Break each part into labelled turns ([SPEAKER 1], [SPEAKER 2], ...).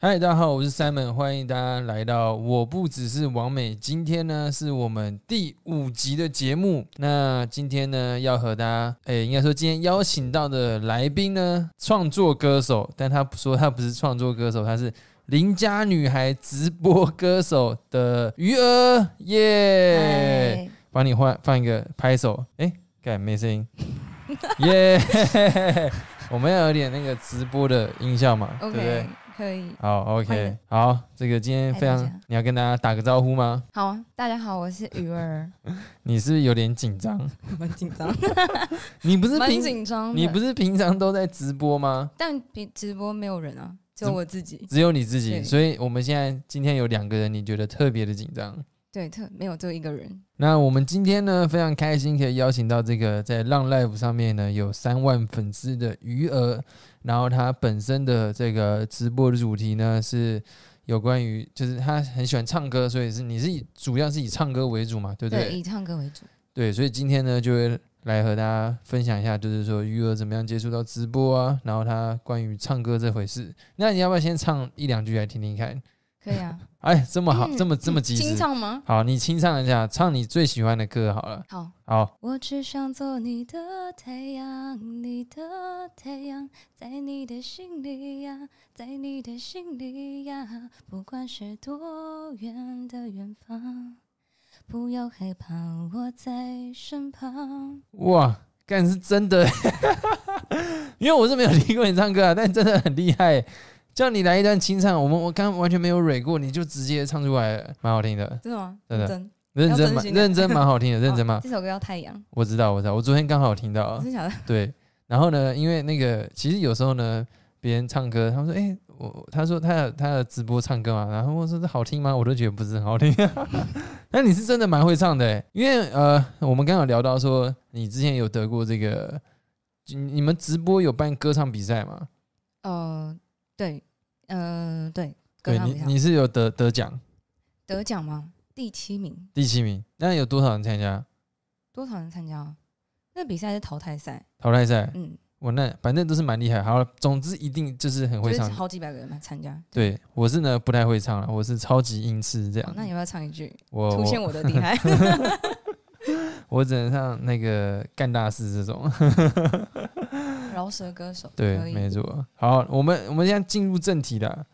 [SPEAKER 1] 嗨，大家好，我是 Simon，欢迎大家来到我不只是王美。今天呢是我们第五集的节目，那今天呢要和大家，诶，应该说今天邀请到的来宾呢，创作歌手，但他不说他不是创作歌手，他是邻家女孩直播歌手的余儿耶
[SPEAKER 2] 嗨，
[SPEAKER 1] 帮你换放一个拍手，诶，干没声音， 耶、我们要有点那个直播的音效嘛对
[SPEAKER 2] OK，
[SPEAKER 1] 不对？
[SPEAKER 2] 可以。
[SPEAKER 1] 好
[SPEAKER 2] 欢
[SPEAKER 1] ，OK，
[SPEAKER 2] 迎
[SPEAKER 1] 好，这个今天非
[SPEAKER 2] 嗨大
[SPEAKER 1] 常
[SPEAKER 2] 家，
[SPEAKER 1] 你要跟大家打个招呼吗？
[SPEAKER 2] 好啊，大家好，我是鱼 儿，
[SPEAKER 1] 你是不是有点紧张？
[SPEAKER 2] 蛮紧 张，
[SPEAKER 1] 你不是
[SPEAKER 2] 蛮
[SPEAKER 1] 平，
[SPEAKER 2] 紧张的。
[SPEAKER 1] 你不是平常都在直播吗？
[SPEAKER 2] 但比直播没有人啊，只
[SPEAKER 1] 直
[SPEAKER 2] 有我自己。
[SPEAKER 1] 只有你自己，
[SPEAKER 2] 对
[SPEAKER 1] 所以我们现在今天有两个人，你觉得特别的紧张。
[SPEAKER 2] 对，特没有，只有一个人。
[SPEAKER 1] 那我们今天呢，非常开心可以邀请到这个在浪 Live 上面呢有三万粉丝的余额，然后他本身的这个直播的主题呢是有关于，就是他很喜欢唱歌，所以是你是以主要是以唱歌为主嘛，对不
[SPEAKER 2] 对，以唱歌为主。
[SPEAKER 1] 对，所以今天呢，就会来和大家分享一下，就是说鱼儿怎么样接触到直播啊，然后他关于唱歌这回事。那你要不要先唱一两句来听听看？
[SPEAKER 2] 可以 啊，
[SPEAKER 1] 哎，这么好，
[SPEAKER 2] 嗯
[SPEAKER 1] 这么这么及
[SPEAKER 2] 清
[SPEAKER 1] 时。
[SPEAKER 2] 唱吗？
[SPEAKER 1] 好，你清唱一下，唱你最喜欢的歌好了。
[SPEAKER 2] 好，
[SPEAKER 1] 好，
[SPEAKER 2] 我只想做你的太阳，你的太阳，在你的心里呀，在你的心里呀，不管是多远的远方，不要害怕，我在身旁。
[SPEAKER 1] 哇，干是真的， 因为我是没有听过你唱歌啊，但真的很厉害。叫你来一段清唱，我们我刚刚完全没有蕊过，你就直接唱出来了，蛮好听的，
[SPEAKER 2] 真的吗？
[SPEAKER 1] 真的
[SPEAKER 2] 真。
[SPEAKER 1] 认
[SPEAKER 2] 要
[SPEAKER 1] 真
[SPEAKER 2] 真
[SPEAKER 1] 蛮
[SPEAKER 2] 心的
[SPEAKER 1] 认真蛮好 听的，认真
[SPEAKER 2] 哦
[SPEAKER 1] 吗？
[SPEAKER 2] 这首歌叫《太阳》，
[SPEAKER 1] 我知道，我知道，我昨天刚好有听到啊
[SPEAKER 2] 我。是想的，
[SPEAKER 1] 对，然后呢，因为那个其实有时候呢，别人唱歌，他们说，哎、我他说他有他的直播唱歌嘛，然后我说这好听吗？我都觉得不是很好听。 那你是真的蛮会唱的、欸，因为呃，我们刚刚有聊到说你之前有得过这个，你你们直播有办歌唱比赛吗？
[SPEAKER 2] 呃，对，呃，对，歌
[SPEAKER 1] 对
[SPEAKER 2] 唱
[SPEAKER 1] 你
[SPEAKER 2] 比赛
[SPEAKER 1] 你是有得得奖
[SPEAKER 2] 得奖吗？第七名，
[SPEAKER 1] 第七名，那有多少人参加
[SPEAKER 2] 多少人参加啊？那比赛是淘汰赛，
[SPEAKER 1] 淘汰赛？
[SPEAKER 2] 嗯，
[SPEAKER 1] 我那反正都是蛮厉害。好了，总之一定就是很
[SPEAKER 2] 就
[SPEAKER 1] 会
[SPEAKER 2] 是
[SPEAKER 1] 唱。
[SPEAKER 2] 好几百个人嘛参加。
[SPEAKER 1] 对我是呢不太会唱了，我是超级音痴这样
[SPEAKER 2] 好，
[SPEAKER 1] 子。
[SPEAKER 2] 哦那你要不要唱一句，
[SPEAKER 1] 哦我
[SPEAKER 2] 凸显我的厉 害？
[SPEAKER 1] 我只能唱那个干大事这种。
[SPEAKER 2] 饶舌歌手，
[SPEAKER 1] 对
[SPEAKER 2] 可，以
[SPEAKER 1] 没错。好，我们我们现在进入正题了，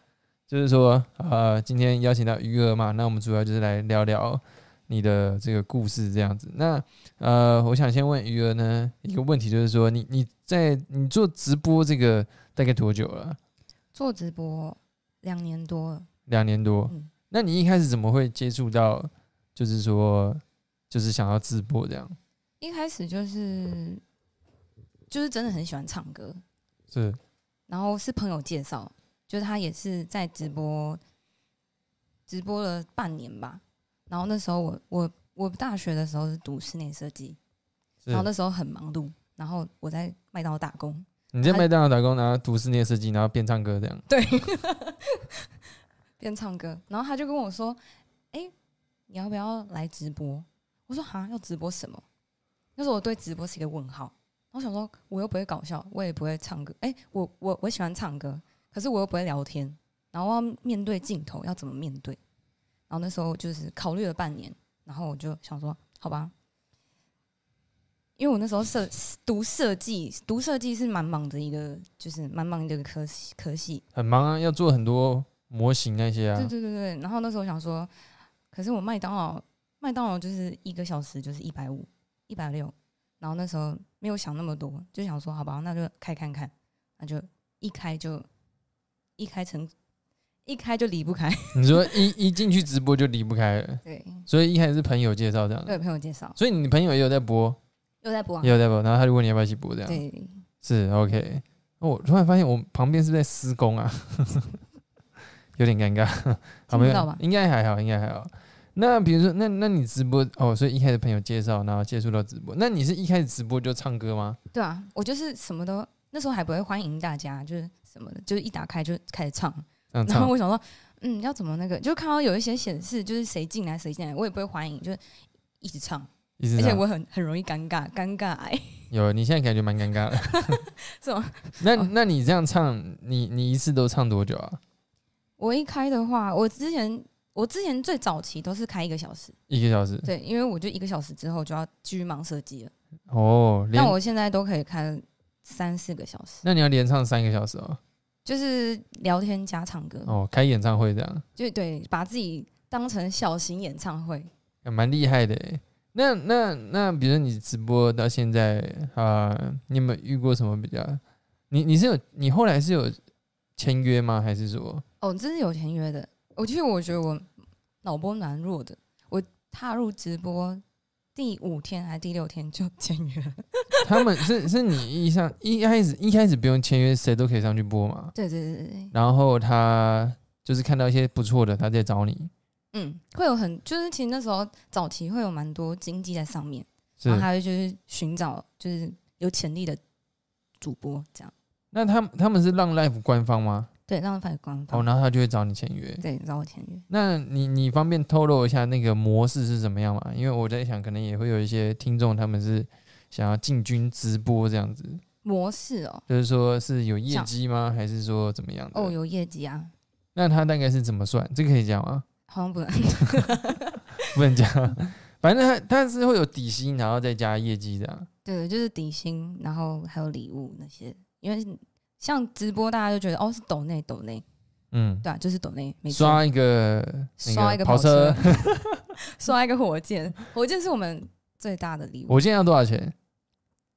[SPEAKER 1] 就是说，呃，今天邀请到余额嘛，那我们主要就是来聊聊你的这个故事这样子。那呃，我想先问余额呢一个问题，就是说，你你在你做直播这个大概多久了？
[SPEAKER 2] 做直播两年多了，
[SPEAKER 1] 两年多。
[SPEAKER 2] 嗯
[SPEAKER 1] 那你一开始怎么会接触到，就是说，就是想要直播这样？
[SPEAKER 2] 一开始就是就是真的很喜欢唱歌，
[SPEAKER 1] 是
[SPEAKER 2] 然后是朋友介绍，就是他也是在直播，直播了半年吧。然后那时候我我我大学的时候是读室内设计，
[SPEAKER 1] 是
[SPEAKER 2] 然后那时候很忙碌，然后我在麦当劳打工，
[SPEAKER 1] 你在
[SPEAKER 2] 他
[SPEAKER 1] 麦当劳打工，然后读室内设计，然后边唱歌这样。
[SPEAKER 2] 对， 边唱歌。然后他就跟我说：“哎、你要不要来直播？”我说：“哈，要直播什么？”那时候我对直播是一个问号。然后想说，我又不会搞笑，我也不会唱歌。哎、我我我喜欢唱歌，可是我又不会聊天，然后要面对镜头，要怎么面对？然后那时候就是考虑了半年，然后我就想说，好吧，因为我那时候设读设计，读设计是蛮忙的一个，就是蛮忙的一个科系科系。
[SPEAKER 1] 很忙啊，要做很多模型那些
[SPEAKER 2] 对
[SPEAKER 1] 啊。
[SPEAKER 2] 对对对。然后那时候我想说，可是我麦当劳麦当劳就是一个小时就是一百五、一百六，然后那时候没有想那么多，就想说好吧，那就开看看，那就一开就一开成一开就离不开。
[SPEAKER 1] 你说一 一进去直播就离不开了，
[SPEAKER 2] 对，
[SPEAKER 1] 所以一开始是朋友介绍这样
[SPEAKER 2] 我。有朋友介绍，
[SPEAKER 1] 所以你朋友也有在播，
[SPEAKER 2] 又在播、啊
[SPEAKER 1] 也。有在播，然后他就问你要不要一起播这样。
[SPEAKER 2] 对，
[SPEAKER 1] 是 OK。哦我突然发现我旁边是不是在施工啊？ 有点尴尬。好，啊
[SPEAKER 2] 听
[SPEAKER 1] 没
[SPEAKER 2] 不到
[SPEAKER 1] 有
[SPEAKER 2] 吧，
[SPEAKER 1] 应该还好，应该还好。那比如说，那那你直播哦，所以一开始朋友介绍，然后接触到直播，那你是一开始直播就唱歌吗？
[SPEAKER 2] 对啊，我就是什么都那时候还不会欢迎大家，就是什么的，就是一打开就开始唱。
[SPEAKER 1] 这样
[SPEAKER 2] 然后
[SPEAKER 1] 唱
[SPEAKER 2] 我想说，嗯，要怎么那个？就看到有一些显示，就是谁进来谁进来，我也不会欢迎，就是一直唱，
[SPEAKER 1] 一直
[SPEAKER 2] 而且
[SPEAKER 1] 唱。
[SPEAKER 2] 我很很容易尴尬，尴尬癌
[SPEAKER 1] 有，你现在感觉蛮尴尬的。
[SPEAKER 2] 是吗？
[SPEAKER 1] 那那你这样唱，你你一次都唱多久啊？
[SPEAKER 2] 我一开的话，我之前我之前最早期都是开一个小时，
[SPEAKER 1] 一个小时？
[SPEAKER 2] 对，因为我就一个小时之后就要继续忙设计了。
[SPEAKER 1] 哦，连
[SPEAKER 2] 但我现在都可以开三四个小时，
[SPEAKER 1] 那你要连唱三个小时
[SPEAKER 2] 嗯
[SPEAKER 1] 哦。
[SPEAKER 2] 就是聊天加唱歌，
[SPEAKER 1] 哦，开演唱会这样，
[SPEAKER 2] 就对，把自己当成小型演唱会。
[SPEAKER 1] 也蛮厉害的耶。那那那，比如你直播到现在啊、你有没有遇过什么比较？你你是有你后来是有签约吗？还是说
[SPEAKER 2] 哦，真是有签约的。我其实我觉得我脑波蛮弱的，我踏入直播第五天还是第六天就签约了。
[SPEAKER 1] 他们是是你一上一开始一开始不用签约，谁都可以上去播嘛？
[SPEAKER 2] 对对对对对，
[SPEAKER 1] 然后他就是看到一些不错的，他再找你，
[SPEAKER 2] 嗯，会有很就是其实那时候早期会有蛮多经济在上面，
[SPEAKER 1] 是
[SPEAKER 2] 然后还会就是寻找就是有潜力的主播这样。
[SPEAKER 1] 那他们他们是浪 life 官方吗？
[SPEAKER 2] 对，让反官
[SPEAKER 1] 哦，
[SPEAKER 2] 方、
[SPEAKER 1] 然后他就会找你签约。
[SPEAKER 2] 嗯对找我签约。
[SPEAKER 1] 那你你方便透露一下那个模式是怎么样吗？因为我在想，可能也会有一些听众他们是想要进军直播这样子，
[SPEAKER 2] 模式哦，
[SPEAKER 1] 就是说是有业绩吗？还是说怎么样的？
[SPEAKER 2] 哦，有业绩啊，
[SPEAKER 1] 那他大概是怎么算？这个可以讲吗？
[SPEAKER 2] 好像不能
[SPEAKER 1] 不能讲，反正他他是会有底薪，然后再加业绩这样。
[SPEAKER 2] 对，就是底薪，然后还有礼物那些，因为像直播大家就觉得哦是抖内抖内，
[SPEAKER 1] 嗯，
[SPEAKER 2] 对啊，就是抖内，没错，
[SPEAKER 1] 刷一个那
[SPEAKER 2] 刷一个
[SPEAKER 1] 跑车，
[SPEAKER 2] 跑刷一个火箭，火箭是我们最大的礼 物，
[SPEAKER 1] 我今天要多少钱？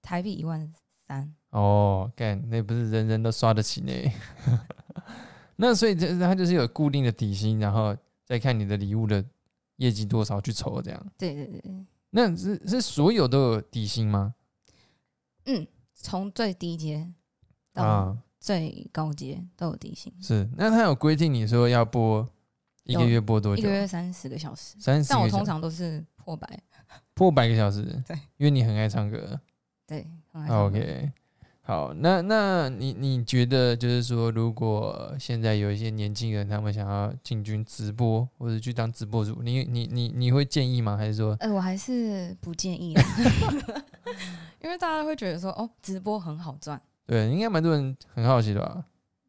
[SPEAKER 2] 台币一万三，
[SPEAKER 1] 哦，干，那不是人人都刷得起呢。 那所以这他就是有固定的底薪，然后再看你的礼物的业绩多少去抽这样。
[SPEAKER 2] 对对对对，
[SPEAKER 1] 那是是所有都有底薪吗？
[SPEAKER 2] 嗯，从最低阶到
[SPEAKER 1] 啊，
[SPEAKER 2] 最高阶都有底薪，
[SPEAKER 1] 是。那他有规定你说要播一个
[SPEAKER 2] 有
[SPEAKER 1] 月播多
[SPEAKER 2] 一
[SPEAKER 1] 久
[SPEAKER 2] 个？月三十个小时，
[SPEAKER 1] 三十
[SPEAKER 2] 但我
[SPEAKER 1] 个
[SPEAKER 2] 通
[SPEAKER 1] 小时，
[SPEAKER 2] 常都是破百，
[SPEAKER 1] 破百个小时。
[SPEAKER 2] 对，
[SPEAKER 1] 因为你很爱唱歌。
[SPEAKER 2] 对很爱唱歌
[SPEAKER 1] 哦 OK，好，那那你你觉得就是说，如果现在有一些年轻人他们想要进军直播或者去当直播主，你你你你会建议吗？还是说
[SPEAKER 2] 呃，我还是不建议啦， 因为大家会觉得说，哦，直播很好赚，
[SPEAKER 1] 对，应该蛮多人很好奇的吧？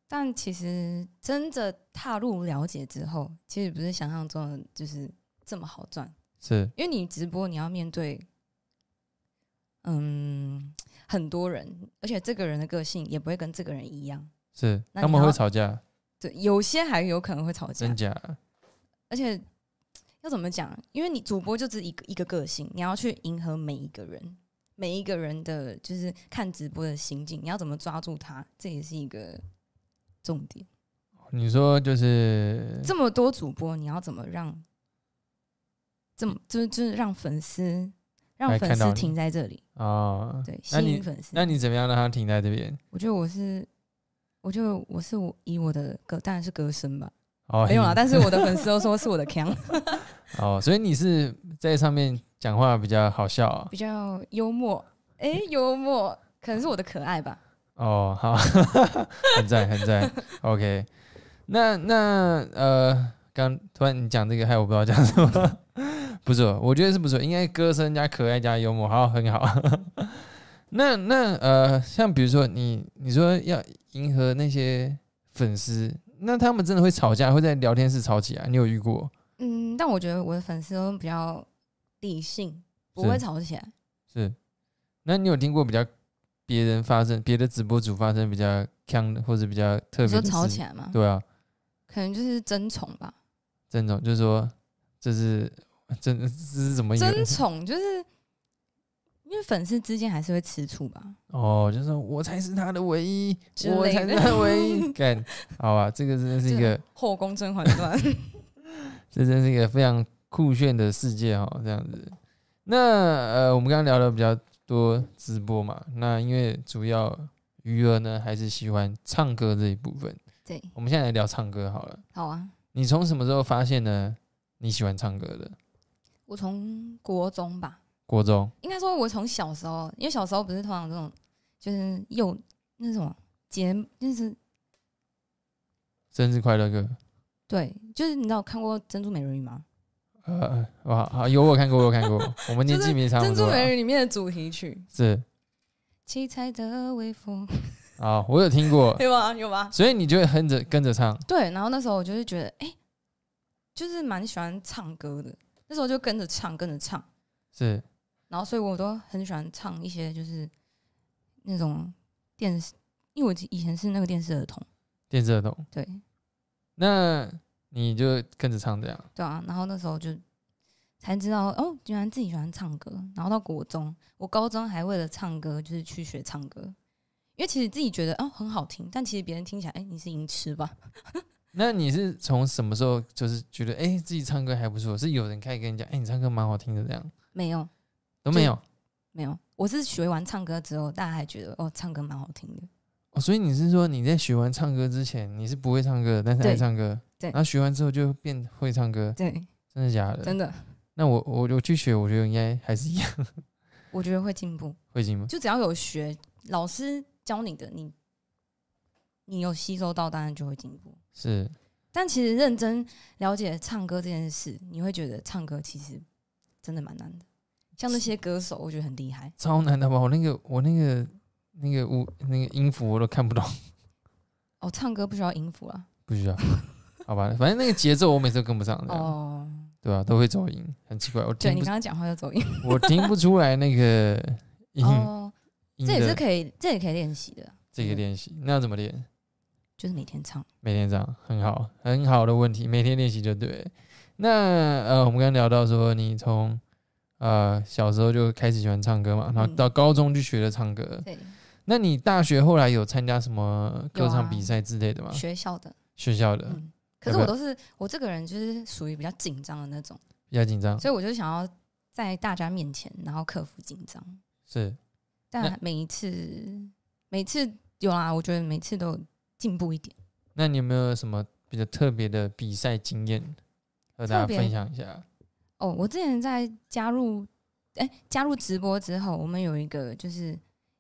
[SPEAKER 2] 但其实真的踏入了解之后，其实不是想象中的就是这么好赚，
[SPEAKER 1] 是
[SPEAKER 2] 因为你直播你要面对，嗯，很多人，而且这个人的个性也不会跟这个人一样，
[SPEAKER 1] 是，
[SPEAKER 2] 那
[SPEAKER 1] 他
[SPEAKER 2] 你
[SPEAKER 1] 们
[SPEAKER 2] 要
[SPEAKER 1] 会吵架，
[SPEAKER 2] 对，有些还有可能会吵架
[SPEAKER 1] 真，假？
[SPEAKER 2] 而且要怎么讲？因为你主播就只一个一个个性，你要去迎合每一个人，每一个人的就是看直播的心境，你要怎么抓住他，这也是一个重点。
[SPEAKER 1] 你说就是
[SPEAKER 2] 这么多主播，你要怎么让，这么就是就是让粉丝让
[SPEAKER 1] 来看
[SPEAKER 2] 粉
[SPEAKER 1] 到
[SPEAKER 2] 丝
[SPEAKER 1] 你
[SPEAKER 2] 停在这里，
[SPEAKER 1] 啊、哦，
[SPEAKER 2] 对，吸
[SPEAKER 1] 那
[SPEAKER 2] 引
[SPEAKER 1] 你
[SPEAKER 2] 粉丝
[SPEAKER 1] 那。你怎么样让他停在这边？
[SPEAKER 2] 我觉得我是，我觉得我是我以我的歌，当然是歌声吧，
[SPEAKER 1] 哦，
[SPEAKER 2] 没有啦，啊
[SPEAKER 1] 你
[SPEAKER 2] 但是我的粉丝都说是我的 强，
[SPEAKER 1] 哦，所以你是在上面讲话比较好笑啊、
[SPEAKER 2] 比较幽默，哎、幽默，可能是我的可爱吧。
[SPEAKER 1] 哦，好， 很赞，很赞。OK，那那呃，刚突然你讲这个，害我不知道讲什么。 不错，我觉得是不错，应该歌声加可爱加幽默，好，很好。 那那呃，像比如说你你说要迎合那些粉丝，那他们真的会吵架，会在聊天室吵起来，你有遇过？
[SPEAKER 2] 嗯，但我觉得我的粉丝都比较理性，不
[SPEAKER 1] 是
[SPEAKER 2] 会吵起来。
[SPEAKER 1] 是，那你有听过比较别人发生别的直播主发生比较呛的或者比较特别
[SPEAKER 2] 你说
[SPEAKER 1] 的
[SPEAKER 2] 吵
[SPEAKER 1] 事
[SPEAKER 2] 起
[SPEAKER 1] 情？
[SPEAKER 2] 来吗？
[SPEAKER 1] 对啊，
[SPEAKER 2] 可能就是争宠吧。
[SPEAKER 1] 郑总就是说这是这这是怎么一个
[SPEAKER 2] 争宠就是因为粉丝之间还是会吃醋吧？
[SPEAKER 1] 哦，就是说我才是他的唯一，
[SPEAKER 2] 之
[SPEAKER 1] 我
[SPEAKER 2] 类
[SPEAKER 1] 才是
[SPEAKER 2] 的
[SPEAKER 1] 他的唯一， 干好吧，这个真的是一个
[SPEAKER 2] 后宫甄嬛传，
[SPEAKER 1] 这真是一个非常酷炫的世界哦，这样子。那呃，我们刚刚聊的比较多直播嘛，那因为主要余额呢还是喜欢唱歌这一部分，
[SPEAKER 2] 对，
[SPEAKER 1] 我们现在来聊唱歌好了。
[SPEAKER 2] 好啊。
[SPEAKER 1] 你从什么时候发现呢？你喜欢唱歌的？
[SPEAKER 2] 我从国中吧，
[SPEAKER 1] 国中
[SPEAKER 2] 应该说我从小时候，因为小时候不是通常这种就是幼那是什么节，就是
[SPEAKER 1] 生日快乐歌，
[SPEAKER 2] 对，就是你知道我看过《珍珠美人鱼》吗？
[SPEAKER 1] 呃，哇，好有我看过，我有看 过，我们年纪没差
[SPEAKER 2] 珍
[SPEAKER 1] 不
[SPEAKER 2] 珠
[SPEAKER 1] 多啊。
[SPEAKER 2] 美人鱼》里面的主题曲
[SPEAKER 1] 是
[SPEAKER 2] 《七彩的 微风》，
[SPEAKER 1] 啊，好我有听过，
[SPEAKER 2] 有吧？有吧？
[SPEAKER 1] 所以你就会哼着跟着唱。
[SPEAKER 2] 对，然后那时候我就是觉得，哎、就是蛮喜欢唱歌的，那时候就跟着唱，跟着唱，
[SPEAKER 1] 是
[SPEAKER 2] 然后所以我都很喜欢唱一些就是那种电视，因为我以前是那个电视儿童，
[SPEAKER 1] 电视儿童，
[SPEAKER 2] 对
[SPEAKER 1] 那你就跟着唱这样。
[SPEAKER 2] 对啊，然后那时候就才知道哦，原来自己喜欢唱歌，然后到国中，我高中还为了唱歌就是去学唱歌，因为其实自己觉得哦很好听，但其实别人听起来，哎、你是音痴吧？
[SPEAKER 1] 那你是从什么时候就是觉得哎、自己唱歌还不错？是有人开始跟你讲哎、你唱歌蛮好听的这样
[SPEAKER 2] 没有
[SPEAKER 1] 都没有、
[SPEAKER 2] 没有，我是学完唱歌之后，大家还觉得哦唱歌蛮好听的。
[SPEAKER 1] 哦？所以你是说你在学完唱歌之前你是不会唱歌的，但是
[SPEAKER 2] 对
[SPEAKER 1] 爱唱歌，
[SPEAKER 2] 对
[SPEAKER 1] 然后学完之后就变会唱歌，
[SPEAKER 2] 对，
[SPEAKER 1] 真的假的？
[SPEAKER 2] 真的，
[SPEAKER 1] 那我我我去学，我觉得应该还是一样
[SPEAKER 2] 我觉得会进步。
[SPEAKER 1] 会进步。
[SPEAKER 2] 就只要有学，老师教你的，你你有吸收到，当然就会进步。
[SPEAKER 1] 是
[SPEAKER 2] 但其实认真了解唱歌这件事，你会觉得唱歌其实真的蛮难的。像那些歌手，我觉得很厉害。
[SPEAKER 1] 超难的吧？我那个我那个那个我那个音符我都看 不懂，
[SPEAKER 2] 哦，唱歌不需要音符啊。
[SPEAKER 1] 不需要。好吧，反正那个节奏我每次都跟不上的，
[SPEAKER 2] 哦，
[SPEAKER 1] 对吧、都会走音，很奇怪，我
[SPEAKER 2] 对
[SPEAKER 1] 听
[SPEAKER 2] 你
[SPEAKER 1] 不
[SPEAKER 2] 刚刚讲话要走音。
[SPEAKER 1] 我听不出来那 个音、
[SPEAKER 2] 哦，
[SPEAKER 1] 音
[SPEAKER 2] 这
[SPEAKER 1] 的
[SPEAKER 2] 也是可以，这也可以练习的，
[SPEAKER 1] 这个练习，那要怎么练？
[SPEAKER 2] 就是每天唱。
[SPEAKER 1] 每天这样很好，很好的问题，每天练习就对了。那呃，我们刚刚聊到说，你从呃小时候就开始喜欢唱歌嘛，然后
[SPEAKER 2] 嗯
[SPEAKER 1] 到高中就学了唱歌，
[SPEAKER 2] 对，
[SPEAKER 1] 那你大学后来有参加什么歌
[SPEAKER 2] 有啊
[SPEAKER 1] 唱比赛之类的吗？
[SPEAKER 2] 学校的，
[SPEAKER 1] 学校的
[SPEAKER 2] 嗯。可是我都是我这个人就是属于比较紧张的那种，
[SPEAKER 1] 比较紧张，
[SPEAKER 2] 所以我就想要在大家面前，然后克服紧张。
[SPEAKER 1] 是那
[SPEAKER 2] 但每一次，每次有啊，我觉得每次都有进步一点。
[SPEAKER 1] 那你有没有什么比较特别的比赛经验和大家
[SPEAKER 2] 特别
[SPEAKER 1] 分享一下？
[SPEAKER 2] 哦，我之前在加入，哎、加入直播之后，我们有一个就是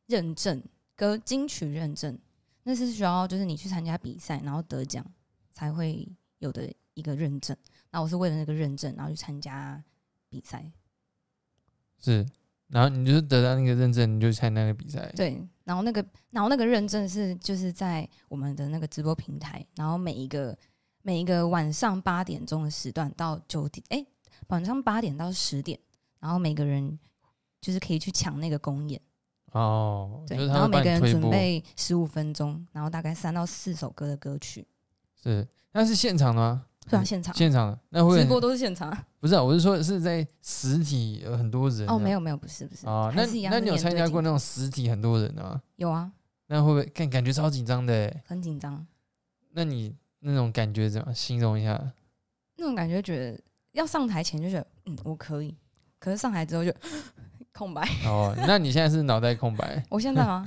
[SPEAKER 2] 认证歌金曲认证，那是需要就是你去参加比赛，然后得奖才会有的一个认证。那我是为了那个认证，然后去参加比赛。
[SPEAKER 1] 是，然后你就是得到那个认证，你就参加那个比赛，
[SPEAKER 2] 对，然后那个，然后那个认证是就是在我们的那个直播平台，然后每一个每一个晚上八点钟的时段到九点，哎、晚上八点到十点，然后每个人就是可以去抢那个公演，
[SPEAKER 1] 哦，
[SPEAKER 2] 对，
[SPEAKER 1] 就是
[SPEAKER 2] 然
[SPEAKER 1] 他
[SPEAKER 2] 后
[SPEAKER 1] 会
[SPEAKER 2] 每
[SPEAKER 1] 帮
[SPEAKER 2] 个
[SPEAKER 1] 你
[SPEAKER 2] 人
[SPEAKER 1] 推
[SPEAKER 2] 准
[SPEAKER 1] 播，
[SPEAKER 2] 备十五分钟，然后大概三到四首歌的歌曲，
[SPEAKER 1] 是，那是现场的吗？
[SPEAKER 2] 对啊，现场
[SPEAKER 1] 嗯现场的那会
[SPEAKER 2] 直
[SPEAKER 1] 很
[SPEAKER 2] 播都是现场啊
[SPEAKER 1] 不是、啊，我是说是在实体有很多人
[SPEAKER 2] 哦，没
[SPEAKER 1] 有
[SPEAKER 2] 有没有，不是不是
[SPEAKER 1] 啊？那
[SPEAKER 2] 还是一样
[SPEAKER 1] 那
[SPEAKER 2] 是
[SPEAKER 1] 你有
[SPEAKER 2] 面
[SPEAKER 1] 参
[SPEAKER 2] 对
[SPEAKER 1] 加
[SPEAKER 2] 镜
[SPEAKER 1] 过那种实体很多人的吗？
[SPEAKER 2] 有啊，
[SPEAKER 1] 那会不会感感觉超紧张的欸？
[SPEAKER 2] 很紧张，
[SPEAKER 1] 那你那种感觉怎么样形容一下？
[SPEAKER 2] 那种感觉觉得要上台前就觉得嗯我可以，可是上台之后就 空白。
[SPEAKER 1] 哦，那你现在是脑袋空白？
[SPEAKER 2] 我哦现在吗？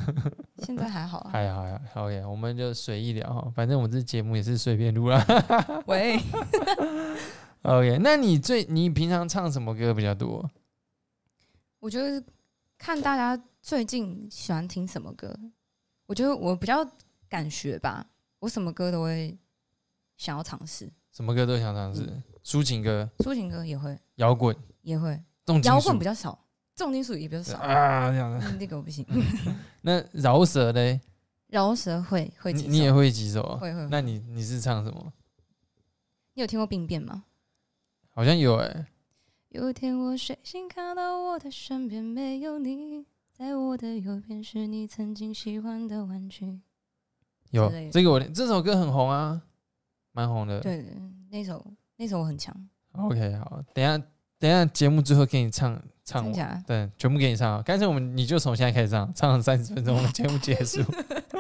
[SPEAKER 2] 现在还好啊。
[SPEAKER 1] 还好还好，OK，我们就随意聊哈，反正我们这节目也是随便录啦。啊
[SPEAKER 2] 喂，
[SPEAKER 1] OK，那你最你平常唱什么歌比较多？
[SPEAKER 2] 我觉得看大家最近喜欢听什么歌，我觉得我比较敢学吧，我什么歌都会想要尝试，
[SPEAKER 1] 什么歌都想尝试，抒情歌、
[SPEAKER 2] 抒情歌也会，
[SPEAKER 1] 摇滚、
[SPEAKER 2] 也会，
[SPEAKER 1] 重金
[SPEAKER 2] 摇
[SPEAKER 1] 属
[SPEAKER 2] 滚比较少，重金属也比较少，
[SPEAKER 1] 啊这样的。
[SPEAKER 2] 嗯那个我不行。
[SPEAKER 1] 那饶舌嘞，
[SPEAKER 2] 饶舌会会
[SPEAKER 1] 你
[SPEAKER 2] 几
[SPEAKER 1] 你也
[SPEAKER 2] 首，
[SPEAKER 1] 会几首啊？
[SPEAKER 2] 会会。
[SPEAKER 1] 那
[SPEAKER 2] 会
[SPEAKER 1] 你你是唱什么？
[SPEAKER 2] 你有听过病变吗？
[SPEAKER 1] 好像有哎、
[SPEAKER 2] 有一天我睡醒，看到我的身边没有你，在我的右边是你曾经喜欢的玩具。
[SPEAKER 1] 有
[SPEAKER 2] 之类的
[SPEAKER 1] 这个我这首歌很红啊，蛮红的。
[SPEAKER 2] 对，那首那首我很强，
[SPEAKER 1] ，OK，好，等一下等一下节目最后给你唱唱
[SPEAKER 2] 真
[SPEAKER 1] 完。
[SPEAKER 2] 假？
[SPEAKER 1] 对，全部给你唱啊。干脆我们你就从现在开始唱，唱三十分钟，我们节目结束。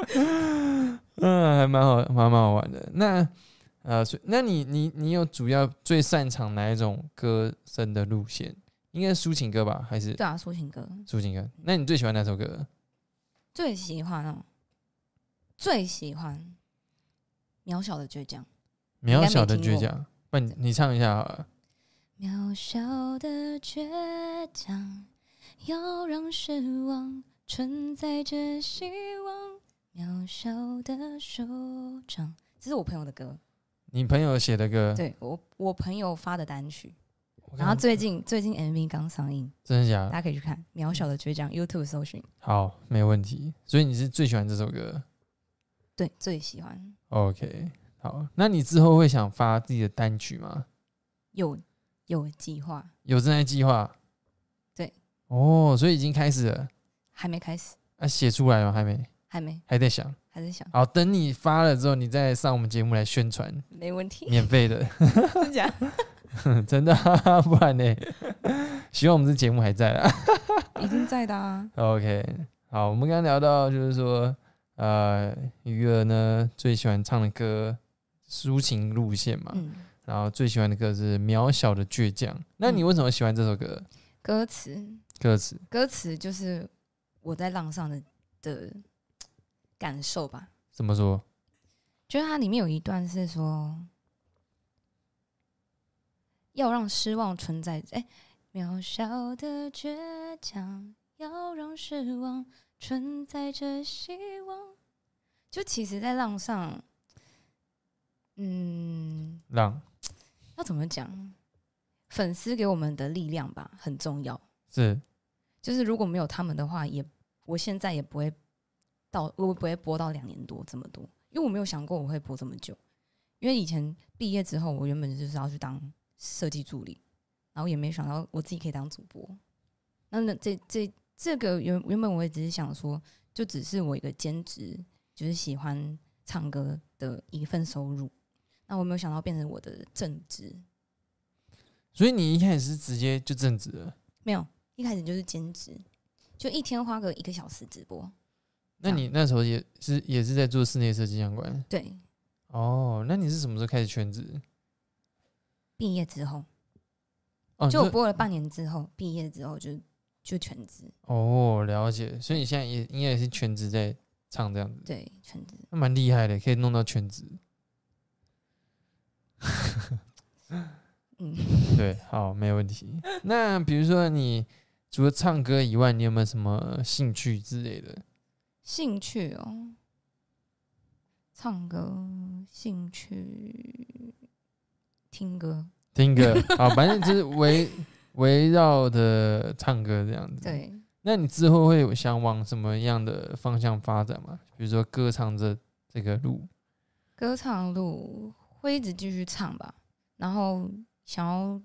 [SPEAKER 1] 嗯，还蛮好，蛮蛮好玩的。那呃，所以那你你你有主要最擅长哪一种歌声的路线？应该是抒情歌吧，还是
[SPEAKER 2] 对啊，抒情歌
[SPEAKER 1] 抒情歌？那你最喜欢哪首歌？
[SPEAKER 2] 最喜欢哦，最喜欢渺小的倔强，
[SPEAKER 1] 渺小的
[SPEAKER 2] 应该
[SPEAKER 1] 倔
[SPEAKER 2] 没听过
[SPEAKER 1] 强。不然你，你唱一下好了。
[SPEAKER 2] 渺小的倔强，要让失望承载着希望。渺小的手掌，这是我朋友的歌，
[SPEAKER 1] 你朋友写的歌，
[SPEAKER 2] 对我我朋友发的单曲。
[SPEAKER 1] 嗯我看嗯
[SPEAKER 2] 然后最近最近 MV 刚上映，
[SPEAKER 1] 真的假
[SPEAKER 2] 大
[SPEAKER 1] 的？
[SPEAKER 2] 家可以去看《渺小的倔强》YouTube 搜寻，
[SPEAKER 1] 好，没问题。所以你是最喜欢这首歌
[SPEAKER 2] 对，最喜欢
[SPEAKER 1] ？OK，好。那你之后会想发自己的单曲吗？
[SPEAKER 2] 有有计划，
[SPEAKER 1] 有正在计划？
[SPEAKER 2] 对。
[SPEAKER 1] 哦，所以已经开始了。
[SPEAKER 2] 还没开始，
[SPEAKER 1] 啊，写出来吗？还没，
[SPEAKER 2] 还没，
[SPEAKER 1] 还在想。
[SPEAKER 2] 还在想，
[SPEAKER 1] 好，等你发了之后，你再上我们节目来宣传，
[SPEAKER 2] 没问题，
[SPEAKER 1] 免费的，
[SPEAKER 2] 真假？
[SPEAKER 1] 真的、啊，不然呢？希望我们这节目还在啊。
[SPEAKER 2] 已经在的啊，
[SPEAKER 1] OK，好，我们刚刚聊到就是说，呃，鱼儿呢最喜欢唱的歌，抒情路线嘛，
[SPEAKER 2] 嗯，
[SPEAKER 1] 然后最喜欢的歌是《渺小的倔强》。那你为什么喜欢这首歌？
[SPEAKER 2] 歌词
[SPEAKER 1] 歌词
[SPEAKER 2] 歌词就是我在浪上的的感受吧，
[SPEAKER 1] 怎么说？
[SPEAKER 2] 就是它里面有一段是说，要让失望存在，哎、渺小的倔强，要让失望存在着希望。就其实，在浪上，嗯，
[SPEAKER 1] 让
[SPEAKER 2] 要怎么讲？粉丝给我们的力量吧，很重要。
[SPEAKER 1] 是
[SPEAKER 2] 就是如果没有他们的话，也我现在也不会到，我不会播到两年多这么多，因为我没有想过我会播这么久。因为以前毕业之后，我原本就是要去当设计助理，然后也没想到我自己可以当主播。那那这这这个原原本我也只是想说，就只是我一个兼职，就是喜欢唱歌的一份收入。那我没有想到变成我的正职，
[SPEAKER 1] 所以你一开始是直接就正直了。
[SPEAKER 2] 没有一开始就是兼职，就一天花个一个小时直播。
[SPEAKER 1] 那你那时候也是也是在做室内设计相关
[SPEAKER 2] 对，
[SPEAKER 1] 哦？那你是什么时候开始全职？
[SPEAKER 2] 毕业之后，
[SPEAKER 1] 哦，
[SPEAKER 2] 就
[SPEAKER 1] 你说
[SPEAKER 2] 我播了半年之后，毕业之后就就全职，
[SPEAKER 1] 哦，了解。所以你现在也应该也是全职在唱这样子，
[SPEAKER 2] 对，全职。
[SPEAKER 1] 那蛮厉害的，可以弄到全职。
[SPEAKER 2] 嗯，
[SPEAKER 1] 对，好，没问题。那比如说你除了唱歌以外，你有没有什么兴趣之类的？
[SPEAKER 2] 兴趣哦，唱歌，兴趣，听歌，
[SPEAKER 1] 听 歌好，反正就是围围绕着唱歌这样子。，
[SPEAKER 2] 对，
[SPEAKER 1] 那你之后会有想往什么样的方向发展吗？比如说歌唱这这个路，
[SPEAKER 2] 歌唱路会一直继续唱吧，然后想要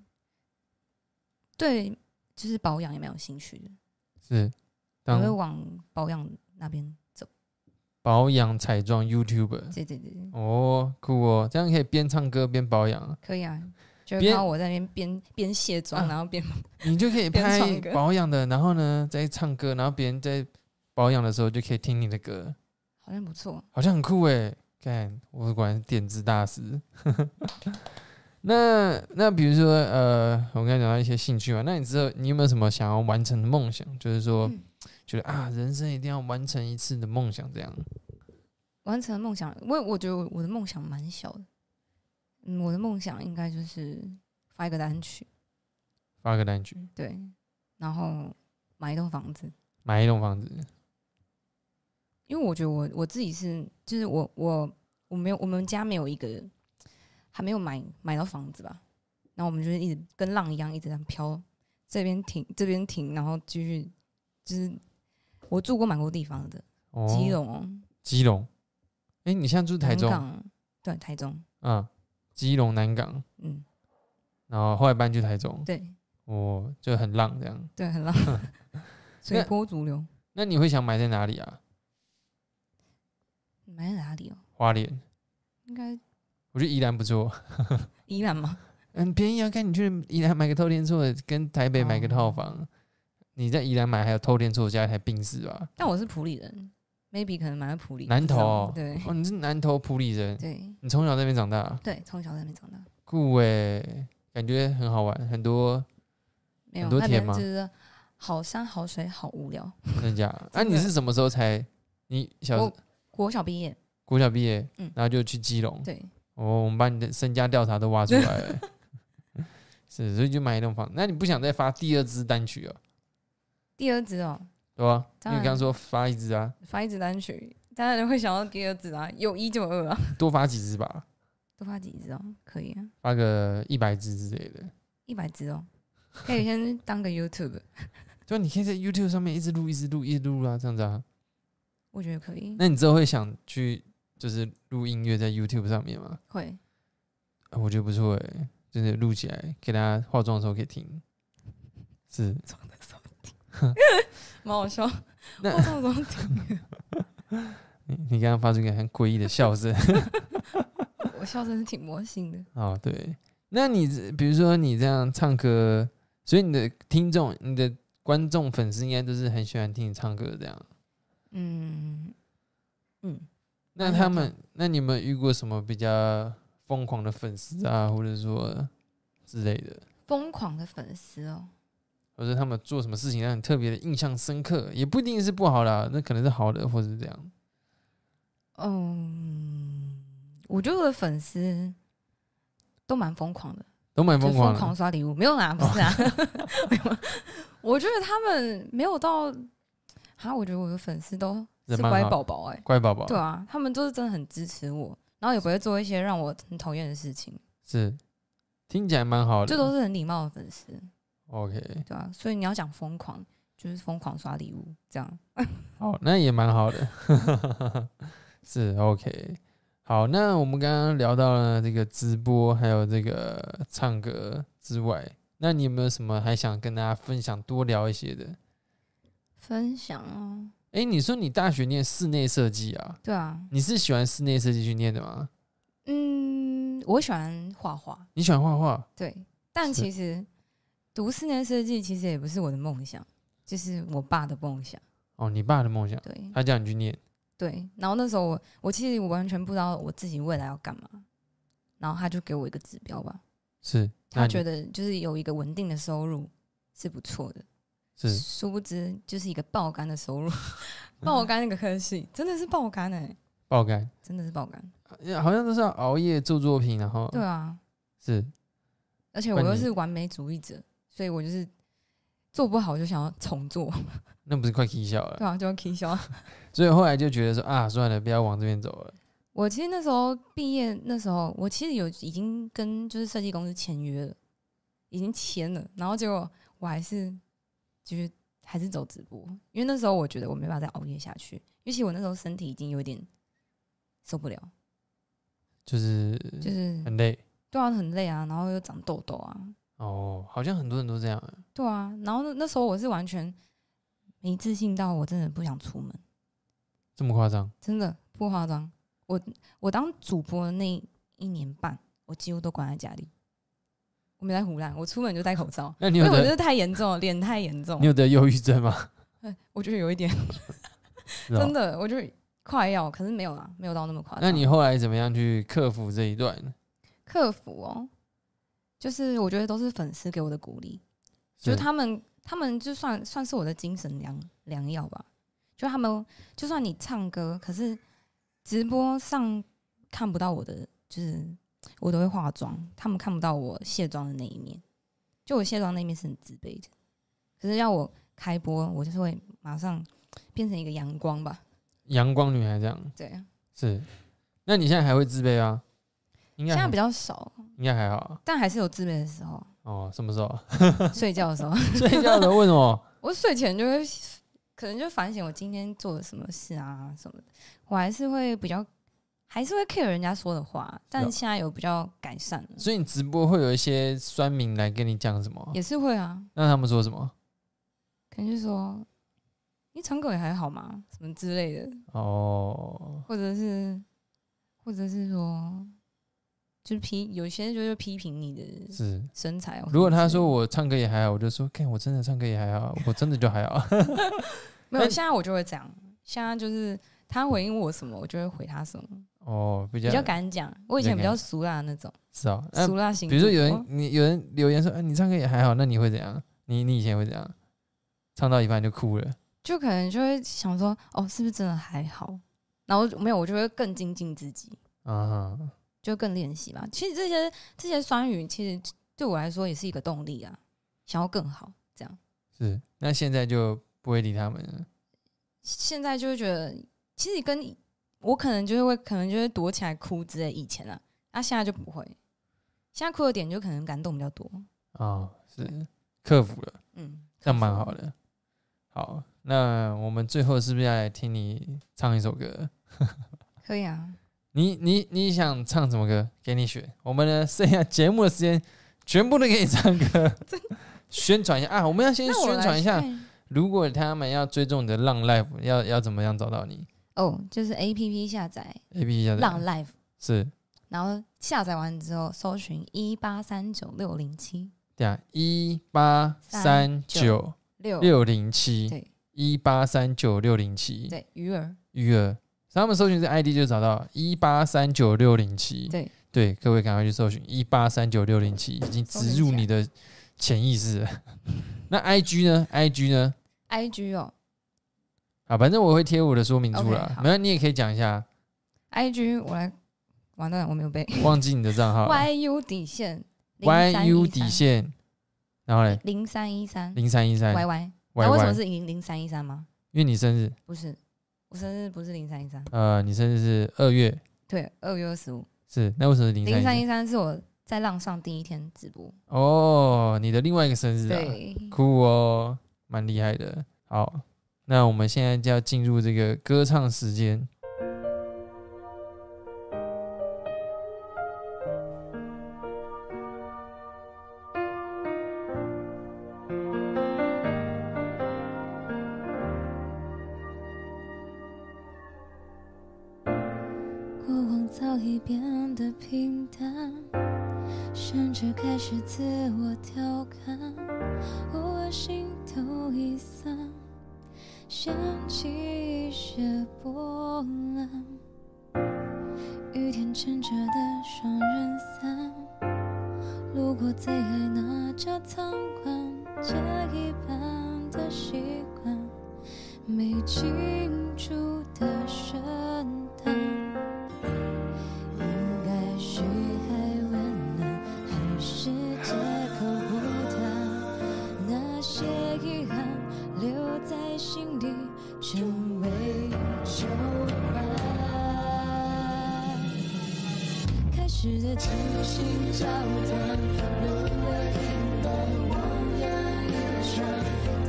[SPEAKER 2] 对就是保养也蛮有兴趣的，
[SPEAKER 1] 是
[SPEAKER 2] 我会
[SPEAKER 1] 当
[SPEAKER 2] 往保养那边走。
[SPEAKER 1] 保养彩妆 YouTuber
[SPEAKER 2] 对对对，对
[SPEAKER 1] 哦，酷哦，这样可以边唱歌边保养，
[SPEAKER 2] 可以啊。就会
[SPEAKER 1] 边
[SPEAKER 2] 看到我在那边边边卸妆，
[SPEAKER 1] 啊
[SPEAKER 2] 然后边
[SPEAKER 1] 你就可以
[SPEAKER 2] 边
[SPEAKER 1] 拍
[SPEAKER 2] 唱歌
[SPEAKER 1] 保养的，然后呢再唱歌，然后别人在保养的时候就可以听你的歌。
[SPEAKER 2] 好像不错。
[SPEAKER 1] 好像很酷诶，看，我果然是点子大师。 那那比如说，呃，我刚才讲到一些兴趣嘛，那你知道你有没有什么想要完成的梦想？就是说，
[SPEAKER 2] 嗯
[SPEAKER 1] 觉得啊，人生一定要完成一次的梦想，这样
[SPEAKER 2] 完成梦想，我我觉得我的梦想蛮小的，嗯，我的梦想应该就是发一个单曲，
[SPEAKER 1] 发个单曲，
[SPEAKER 2] 对，然后买一栋房子，
[SPEAKER 1] 买一栋房子，
[SPEAKER 2] 因为我觉得我我自己是，就是我我我没有我们家没有一个还没有买买到房子吧，然后我们就是一直跟浪一样一直在飘，这边停这边停，然后继续就是我住过蛮多地方的，
[SPEAKER 1] 哦，
[SPEAKER 2] 基，隆、哦、
[SPEAKER 1] 基隆，哎、你现在住台
[SPEAKER 2] 南
[SPEAKER 1] 中
[SPEAKER 2] 港啊，对，台中，
[SPEAKER 1] 啊？基隆南港，
[SPEAKER 2] 嗯，
[SPEAKER 1] 然后后来搬去台中，
[SPEAKER 2] 对
[SPEAKER 1] 哦，就很浪这样。
[SPEAKER 2] 对，很浪， 随波逐流。
[SPEAKER 1] 那你会想买在哪里啊？
[SPEAKER 2] 买在哪里哦？
[SPEAKER 1] 花莲，
[SPEAKER 2] 应该
[SPEAKER 1] 我觉得宜兰不错。
[SPEAKER 2] 宜兰吗？
[SPEAKER 1] 很便宜啊！看你去宜兰买个透天厝，跟台北买个套房，你在宜兰买还有透天厝加一台宾士吧？
[SPEAKER 2] 但我是普里人，maybe 可能买在普里。
[SPEAKER 1] 南投哦
[SPEAKER 2] 不知道
[SPEAKER 1] 哦，你是南投埔里人，
[SPEAKER 2] 对对
[SPEAKER 1] 你从小在那边长大，
[SPEAKER 2] 对，从小在那边长大，
[SPEAKER 1] 酷诶、感觉很好玩，很多
[SPEAKER 2] 没有
[SPEAKER 1] 很多
[SPEAKER 2] 那
[SPEAKER 1] 田
[SPEAKER 2] 边
[SPEAKER 1] 吗
[SPEAKER 2] 就是好山好水好无聊。
[SPEAKER 1] 真的假的？啊，
[SPEAKER 2] 真的
[SPEAKER 1] 你是什么时候才？你小
[SPEAKER 2] 我国小毕业，
[SPEAKER 1] 国小毕业，
[SPEAKER 2] 嗯
[SPEAKER 1] 然后就去基隆，
[SPEAKER 2] 对，
[SPEAKER 1] 哦，我们把你的身家调查都挖出来了， 是，所以就买一栋房。那你不想再发第二支单曲哦，
[SPEAKER 2] 第二支哦，
[SPEAKER 1] 对吧？因
[SPEAKER 2] 当
[SPEAKER 1] 为
[SPEAKER 2] 然
[SPEAKER 1] 你刚刚说发一支啊，
[SPEAKER 2] 发一支单曲，当然会想到第二支啊，有一就有二啊，
[SPEAKER 1] 多发几支吧，
[SPEAKER 2] 多发几支哦，可以啊，
[SPEAKER 1] 发个一百支之类的。
[SPEAKER 2] 一百支哦，可以先当个 YouTube，
[SPEAKER 1] 就你可以在 YouTube 上面一直录，一直录，一直录啊，这样子啊。
[SPEAKER 2] 我觉得可以，
[SPEAKER 1] 那你之后会想去就是录音乐在 YouTube 上面吗？
[SPEAKER 2] 会
[SPEAKER 1] 啊我觉得不错诶、真的录起来给大家化妆的时候可以听。是，
[SPEAKER 2] 蛮好笑，
[SPEAKER 1] 那
[SPEAKER 2] 我怎么听？
[SPEAKER 1] 你你刚刚发出一个很诡异的笑声。
[SPEAKER 2] 我笑声是挺魔性的，
[SPEAKER 1] 哦，对，那你这比如说你这样唱歌，所以你的听众、你的观众、粉丝应该都是很喜欢听你唱歌这样。
[SPEAKER 2] 嗯嗯，
[SPEAKER 1] 那
[SPEAKER 2] 蛮喜
[SPEAKER 1] 他
[SPEAKER 2] 欢
[SPEAKER 1] 们，那你们遇过什么比较疯狂的粉丝啊，或者说之类的，
[SPEAKER 2] 疯狂的粉丝哦，
[SPEAKER 1] 或者他们做什么事情让你特别的印象深刻？也不一定是不好啦，那可能是好的，或者是这样。
[SPEAKER 2] 嗯，我觉得我的粉丝都蛮疯狂的，
[SPEAKER 1] 都蛮
[SPEAKER 2] 就
[SPEAKER 1] 疯
[SPEAKER 2] 疯
[SPEAKER 1] 狂的，哦
[SPEAKER 2] 狂刷礼物，没有啦，不是啊， 没有我觉得他们没有到，哈，我觉得我的粉丝都是
[SPEAKER 1] 人蛮
[SPEAKER 2] 乖
[SPEAKER 1] 好
[SPEAKER 2] 宝宝哎，
[SPEAKER 1] 乖宝宝，
[SPEAKER 2] 对啊，他们就是真的很支持我，然后也不会做一些让我很讨厌的事情，
[SPEAKER 1] 是听起来蛮好的。
[SPEAKER 2] 这都是很礼貌的粉丝，
[SPEAKER 1] OK，
[SPEAKER 2] 对啊，所以你要讲疯狂，就是疯狂刷礼物这样，
[SPEAKER 1] 好，哦那也蛮好的， 是 OK。好，那我们刚刚聊到了这个直播，还有这个唱歌之外，那你有没有什么还想跟大家分享多聊一些的？
[SPEAKER 2] 分享哦，
[SPEAKER 1] 诶，你说你大学念室内设计啊，
[SPEAKER 2] 对啊，
[SPEAKER 1] 你是喜欢室内设计去念的吗？
[SPEAKER 2] 嗯，我喜欢画画，
[SPEAKER 1] 你喜欢画画？
[SPEAKER 2] 对，但
[SPEAKER 1] 是
[SPEAKER 2] 其实读室内设计其实也不是我的梦想，就是我爸的梦想，
[SPEAKER 1] 哦，你爸的梦想，
[SPEAKER 2] 对
[SPEAKER 1] 他叫你去念，
[SPEAKER 2] 对，然后那时候我我其实我完全不知道我自己未来要干嘛，然后他就给我一个指标吧，
[SPEAKER 1] 是那
[SPEAKER 2] 他
[SPEAKER 1] 你
[SPEAKER 2] 觉得就是有一个稳定的收入是不错的。
[SPEAKER 1] 是
[SPEAKER 2] 殊不知就是一个爆肝 的收入，爆肝那个科系真的是爆肝哎、
[SPEAKER 1] 爆肝，
[SPEAKER 2] 真的是爆肝。
[SPEAKER 1] 好像都是要熬夜做作品，然后
[SPEAKER 2] 对啊，
[SPEAKER 1] 是
[SPEAKER 2] 而且我
[SPEAKER 1] 关
[SPEAKER 2] 又
[SPEAKER 1] 你
[SPEAKER 2] 是完美主义者，所以我就是做不好就想要 重做，
[SPEAKER 1] 那不是快气笑了
[SPEAKER 2] 对？啊，就要 K 消。
[SPEAKER 1] 所以后来就觉得说啊，算了，不要往这边走了。
[SPEAKER 2] 我其实那时候毕业那时候，我其实有已经跟就是设计公司签约了，已经签了，然后结果我还是就是还是走直播，因为那时候我觉得我没办法再熬夜下去，尤其我那时候身体已经有点受不了，
[SPEAKER 1] 就是
[SPEAKER 2] 就是
[SPEAKER 1] 很累
[SPEAKER 2] 对啊，很累啊，然后又长痘痘啊，
[SPEAKER 1] 哦，好像很多人都这样啊。
[SPEAKER 2] 对啊，然后那那时候我是完全没自信到我真的不想出门，
[SPEAKER 1] 这么夸张？，
[SPEAKER 2] 真的不夸张。我我当主播的那一年半，我几乎都关在家里，我没在胡乱，我出门就戴口罩
[SPEAKER 1] 那你
[SPEAKER 2] 因
[SPEAKER 1] 有
[SPEAKER 2] 为我觉
[SPEAKER 1] 得
[SPEAKER 2] 得太 严重了，脸太严重
[SPEAKER 1] 你
[SPEAKER 2] 了，
[SPEAKER 1] 有得忧郁症吗？
[SPEAKER 2] 我觉得有一点
[SPEAKER 1] 是哦
[SPEAKER 2] 真的，我就快要，可是没有啦，没有到那么夸张。
[SPEAKER 1] 那你后来怎么样去克服这一段？
[SPEAKER 2] 克服哦，就是我觉得都是粉丝给我的鼓励，就是他们，他们就算算是我的精神良良药吧。就他们，就算你唱歌，可是直播上看不到我的，就是我都会化妆，他们看不到我卸妆的那一面。就我卸妆那一面是很自卑的，可是要我开播，我就是会马上变成一个阳光吧。
[SPEAKER 1] 阳光女孩这样
[SPEAKER 2] 对，啊
[SPEAKER 1] 是？那你现在还会自卑啊？应该
[SPEAKER 2] 现在
[SPEAKER 1] 还
[SPEAKER 2] 比较少，
[SPEAKER 1] 应该还好啊
[SPEAKER 2] 但还是有自卑的时候。
[SPEAKER 1] 哦。什么时候？
[SPEAKER 2] 睡觉的时候，
[SPEAKER 1] 睡觉的为什么？
[SPEAKER 2] 我睡前就会可能就反省我今天做了什么事啊什么的，我还是会比较还是会 care 人家说的话，但
[SPEAKER 1] 啊
[SPEAKER 2] 现在有比较改善了，
[SPEAKER 1] 所以你直播会有一些酸民来跟你讲什么？
[SPEAKER 2] 也是会啊，
[SPEAKER 1] 那他们说什么？
[SPEAKER 2] 可能就说你唱歌也还好嘛，什么之类的，
[SPEAKER 1] 哦，
[SPEAKER 2] 或者是或者是说就是批有些就是批评你的
[SPEAKER 1] 是。
[SPEAKER 2] 身材哦，
[SPEAKER 1] 如果他说我唱歌也还好，我就说，看我真的唱歌也还好，我真的就还好。
[SPEAKER 2] 没
[SPEAKER 1] 哎
[SPEAKER 2] 有，现在我就会这样，现在就是他回应我什么，我就会回他什么，
[SPEAKER 1] 哦，比较
[SPEAKER 2] 比较敢讲，我以前比较俗辣的那种，
[SPEAKER 1] 是啊。那
[SPEAKER 2] 俗辣型主
[SPEAKER 1] 比
[SPEAKER 2] 播，
[SPEAKER 1] 如说有人你有人留言说，哎、你唱歌也还好，那你会怎样？你你以前会怎样？唱到一半就哭了，
[SPEAKER 2] 就可能就会想说，哦，是不是真的还好？
[SPEAKER 3] 然后没有，我就会更精进自己，
[SPEAKER 1] 啊哈，
[SPEAKER 3] 就更练习嘛。其实这些这些酸语，其实对我来说也是一个动力啊，想要更好。这样
[SPEAKER 1] 是。那现在就不会理他们了。
[SPEAKER 3] 现在就会觉得，其实跟我可能就是会，可能就会躲起来哭之类。以前啊，那、现在就不会，现在哭的点就可能感动比较多。
[SPEAKER 1] 哦，是克服了，
[SPEAKER 3] 嗯，
[SPEAKER 1] 这样蛮好的。好，那我们最后是不是要来听你唱一首歌？
[SPEAKER 3] 可以啊。
[SPEAKER 1] 你你你想唱什么歌？给你选。我们呢，剩下节目的时间，全部都给你唱歌， 宣传一下啊！我们要先
[SPEAKER 3] 那我
[SPEAKER 1] 宣
[SPEAKER 3] 来
[SPEAKER 1] 传一下，
[SPEAKER 3] 看
[SPEAKER 1] 如果他们要追踪你的浪 life，要要怎么样找到你
[SPEAKER 3] 哦，就是 A P P 下载
[SPEAKER 1] ？A P P 下载
[SPEAKER 3] 浪 Life，
[SPEAKER 1] 是
[SPEAKER 3] 然后下载完之后搜寻一八三九六零七
[SPEAKER 1] 对啊，一八三九
[SPEAKER 3] 六
[SPEAKER 1] 六零七
[SPEAKER 3] 对
[SPEAKER 1] 一八三九六零七
[SPEAKER 3] 对鱼儿
[SPEAKER 1] 鱼儿，他们搜寻这 ID 就找到一八三九六零七。
[SPEAKER 3] 对
[SPEAKER 1] 对，各位赶快去搜寻一八三九六零七，已经植入你的潜意识了。那 IG 呢？IG 呢？
[SPEAKER 3] I G 哦
[SPEAKER 1] 啊，反正我会贴我的说明书
[SPEAKER 3] OK，
[SPEAKER 1] 啦。
[SPEAKER 3] 好
[SPEAKER 1] 没有，你也可以讲一下，
[SPEAKER 3] I G 我来完蛋我没有背
[SPEAKER 1] 忘记你的账号了
[SPEAKER 3] Y U 底线
[SPEAKER 1] YU 底线，然后嘞
[SPEAKER 3] 零三一三
[SPEAKER 1] 零三一三
[SPEAKER 3] 嗯 Y Y，
[SPEAKER 1] Y
[SPEAKER 3] 那为什么
[SPEAKER 1] Y，
[SPEAKER 3] 是零零三一三吗？
[SPEAKER 1] 因为你生日，
[SPEAKER 3] 不是，我生日不是零三一三，
[SPEAKER 1] 呃，你生日是二月，
[SPEAKER 3] 对，二月二十五，
[SPEAKER 1] 是那为什么是零
[SPEAKER 3] 零
[SPEAKER 1] 三
[SPEAKER 3] 三
[SPEAKER 1] 一？
[SPEAKER 3] 一三是我在浪上第一天直播，
[SPEAKER 1] 哦，你的另外一个生日啊，
[SPEAKER 3] 对，
[SPEAKER 1] 酷哦，蛮厉害的。好，那我们现在就要进入这个歌唱时间。
[SPEAKER 2] 过往早已变得平淡，甚至开始自我调侃，偶尔心头一散，想起一些波澜。雨天撑着的双人伞，路过最爱那家餐馆，这一般的习惯，没庆祝的圣诞。应该嘘寒问暖，还是借口不谈？那些遗憾留在心底，成为旧伴。开始的精心交谈，沦为平淡，惘然一场，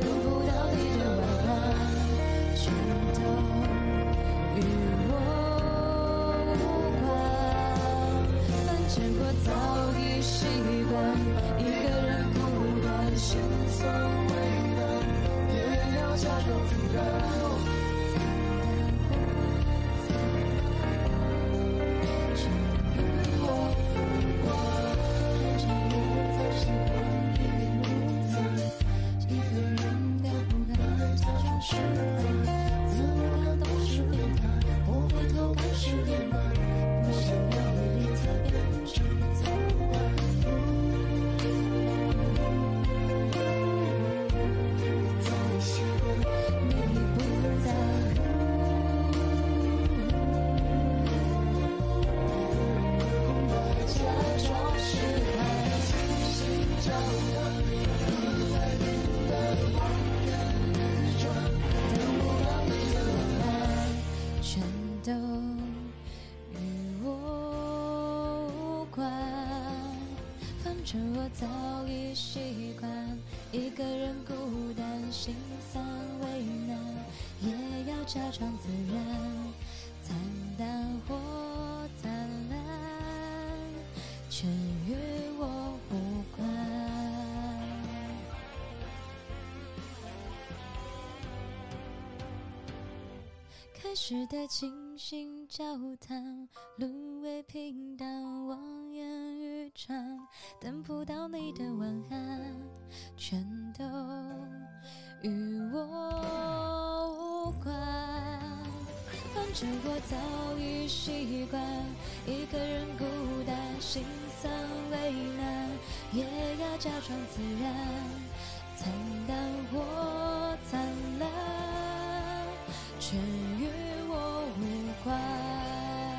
[SPEAKER 2] 得不到你的晚安，全都。与我无关，反正我早已习惯一个人孤单，心酸为难，也要假装自然。惨淡，惨淡，全与我无关，反正我早习惯一脸无藏，一个人该不该假装释怀？怎样都是为他，我回头看是野蛮，不想要的你才变成走晚。再想你已不在，假装释怀，重新找到你在平淡往日装。等不到你的晚安，全都与我无关。反正我早已习惯一个人孤单，心酸为难，也要假装自然，惨淡或灿烂，全与我无关。开始的倾心交谈，沦为平淡，望眼欲穿，等不到你的晚安，全都与我无关。反正我早已习惯一个人孤单，心酸为难，也要假装自然。惨淡或灿烂，全与我无关。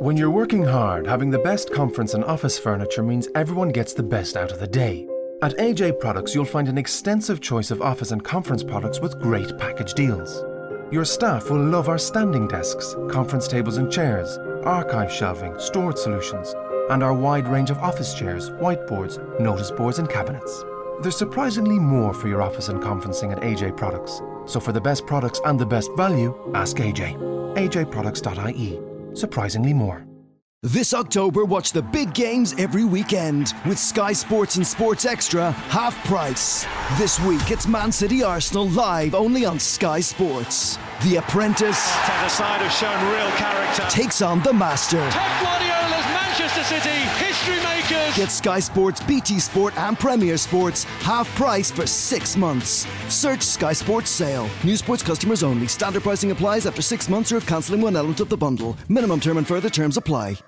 [SPEAKER 4] When you're working hard, having the best conference and office furniture means everyone gets the best out of the day. At AJ Products, you'll find an extensive choice of office and conference products with great package deals. Your staff will love our standing desks, conference tables and chairs, archive shelving, storage solutions, and our wide range of office chairs, whiteboards, notice boards, and cabinets. There's surprisingly more for your office and conferencing at AJ Products. So for the best products and the best value, ask AJ. AJProducts.ie. E. Surprisingly more.
[SPEAKER 5] This October, watch the big games every weekend with Sky Sports and Sports Extra half price. This week, it's Man City Arsenal live only on Sky Sports. The Apprentice
[SPEAKER 6] To the side have shown real character.
[SPEAKER 5] takes on the Master.
[SPEAKER 6] Pep Guardiola's Manchester City history makers.
[SPEAKER 5] Get Sky Sports, BT Sport, and Premier Sports half price for six months. Search Sky Sports Sale. New sports customers only. Standard pricing applies after six months or if cancelling one element of the bundle. Minimum term and further terms apply.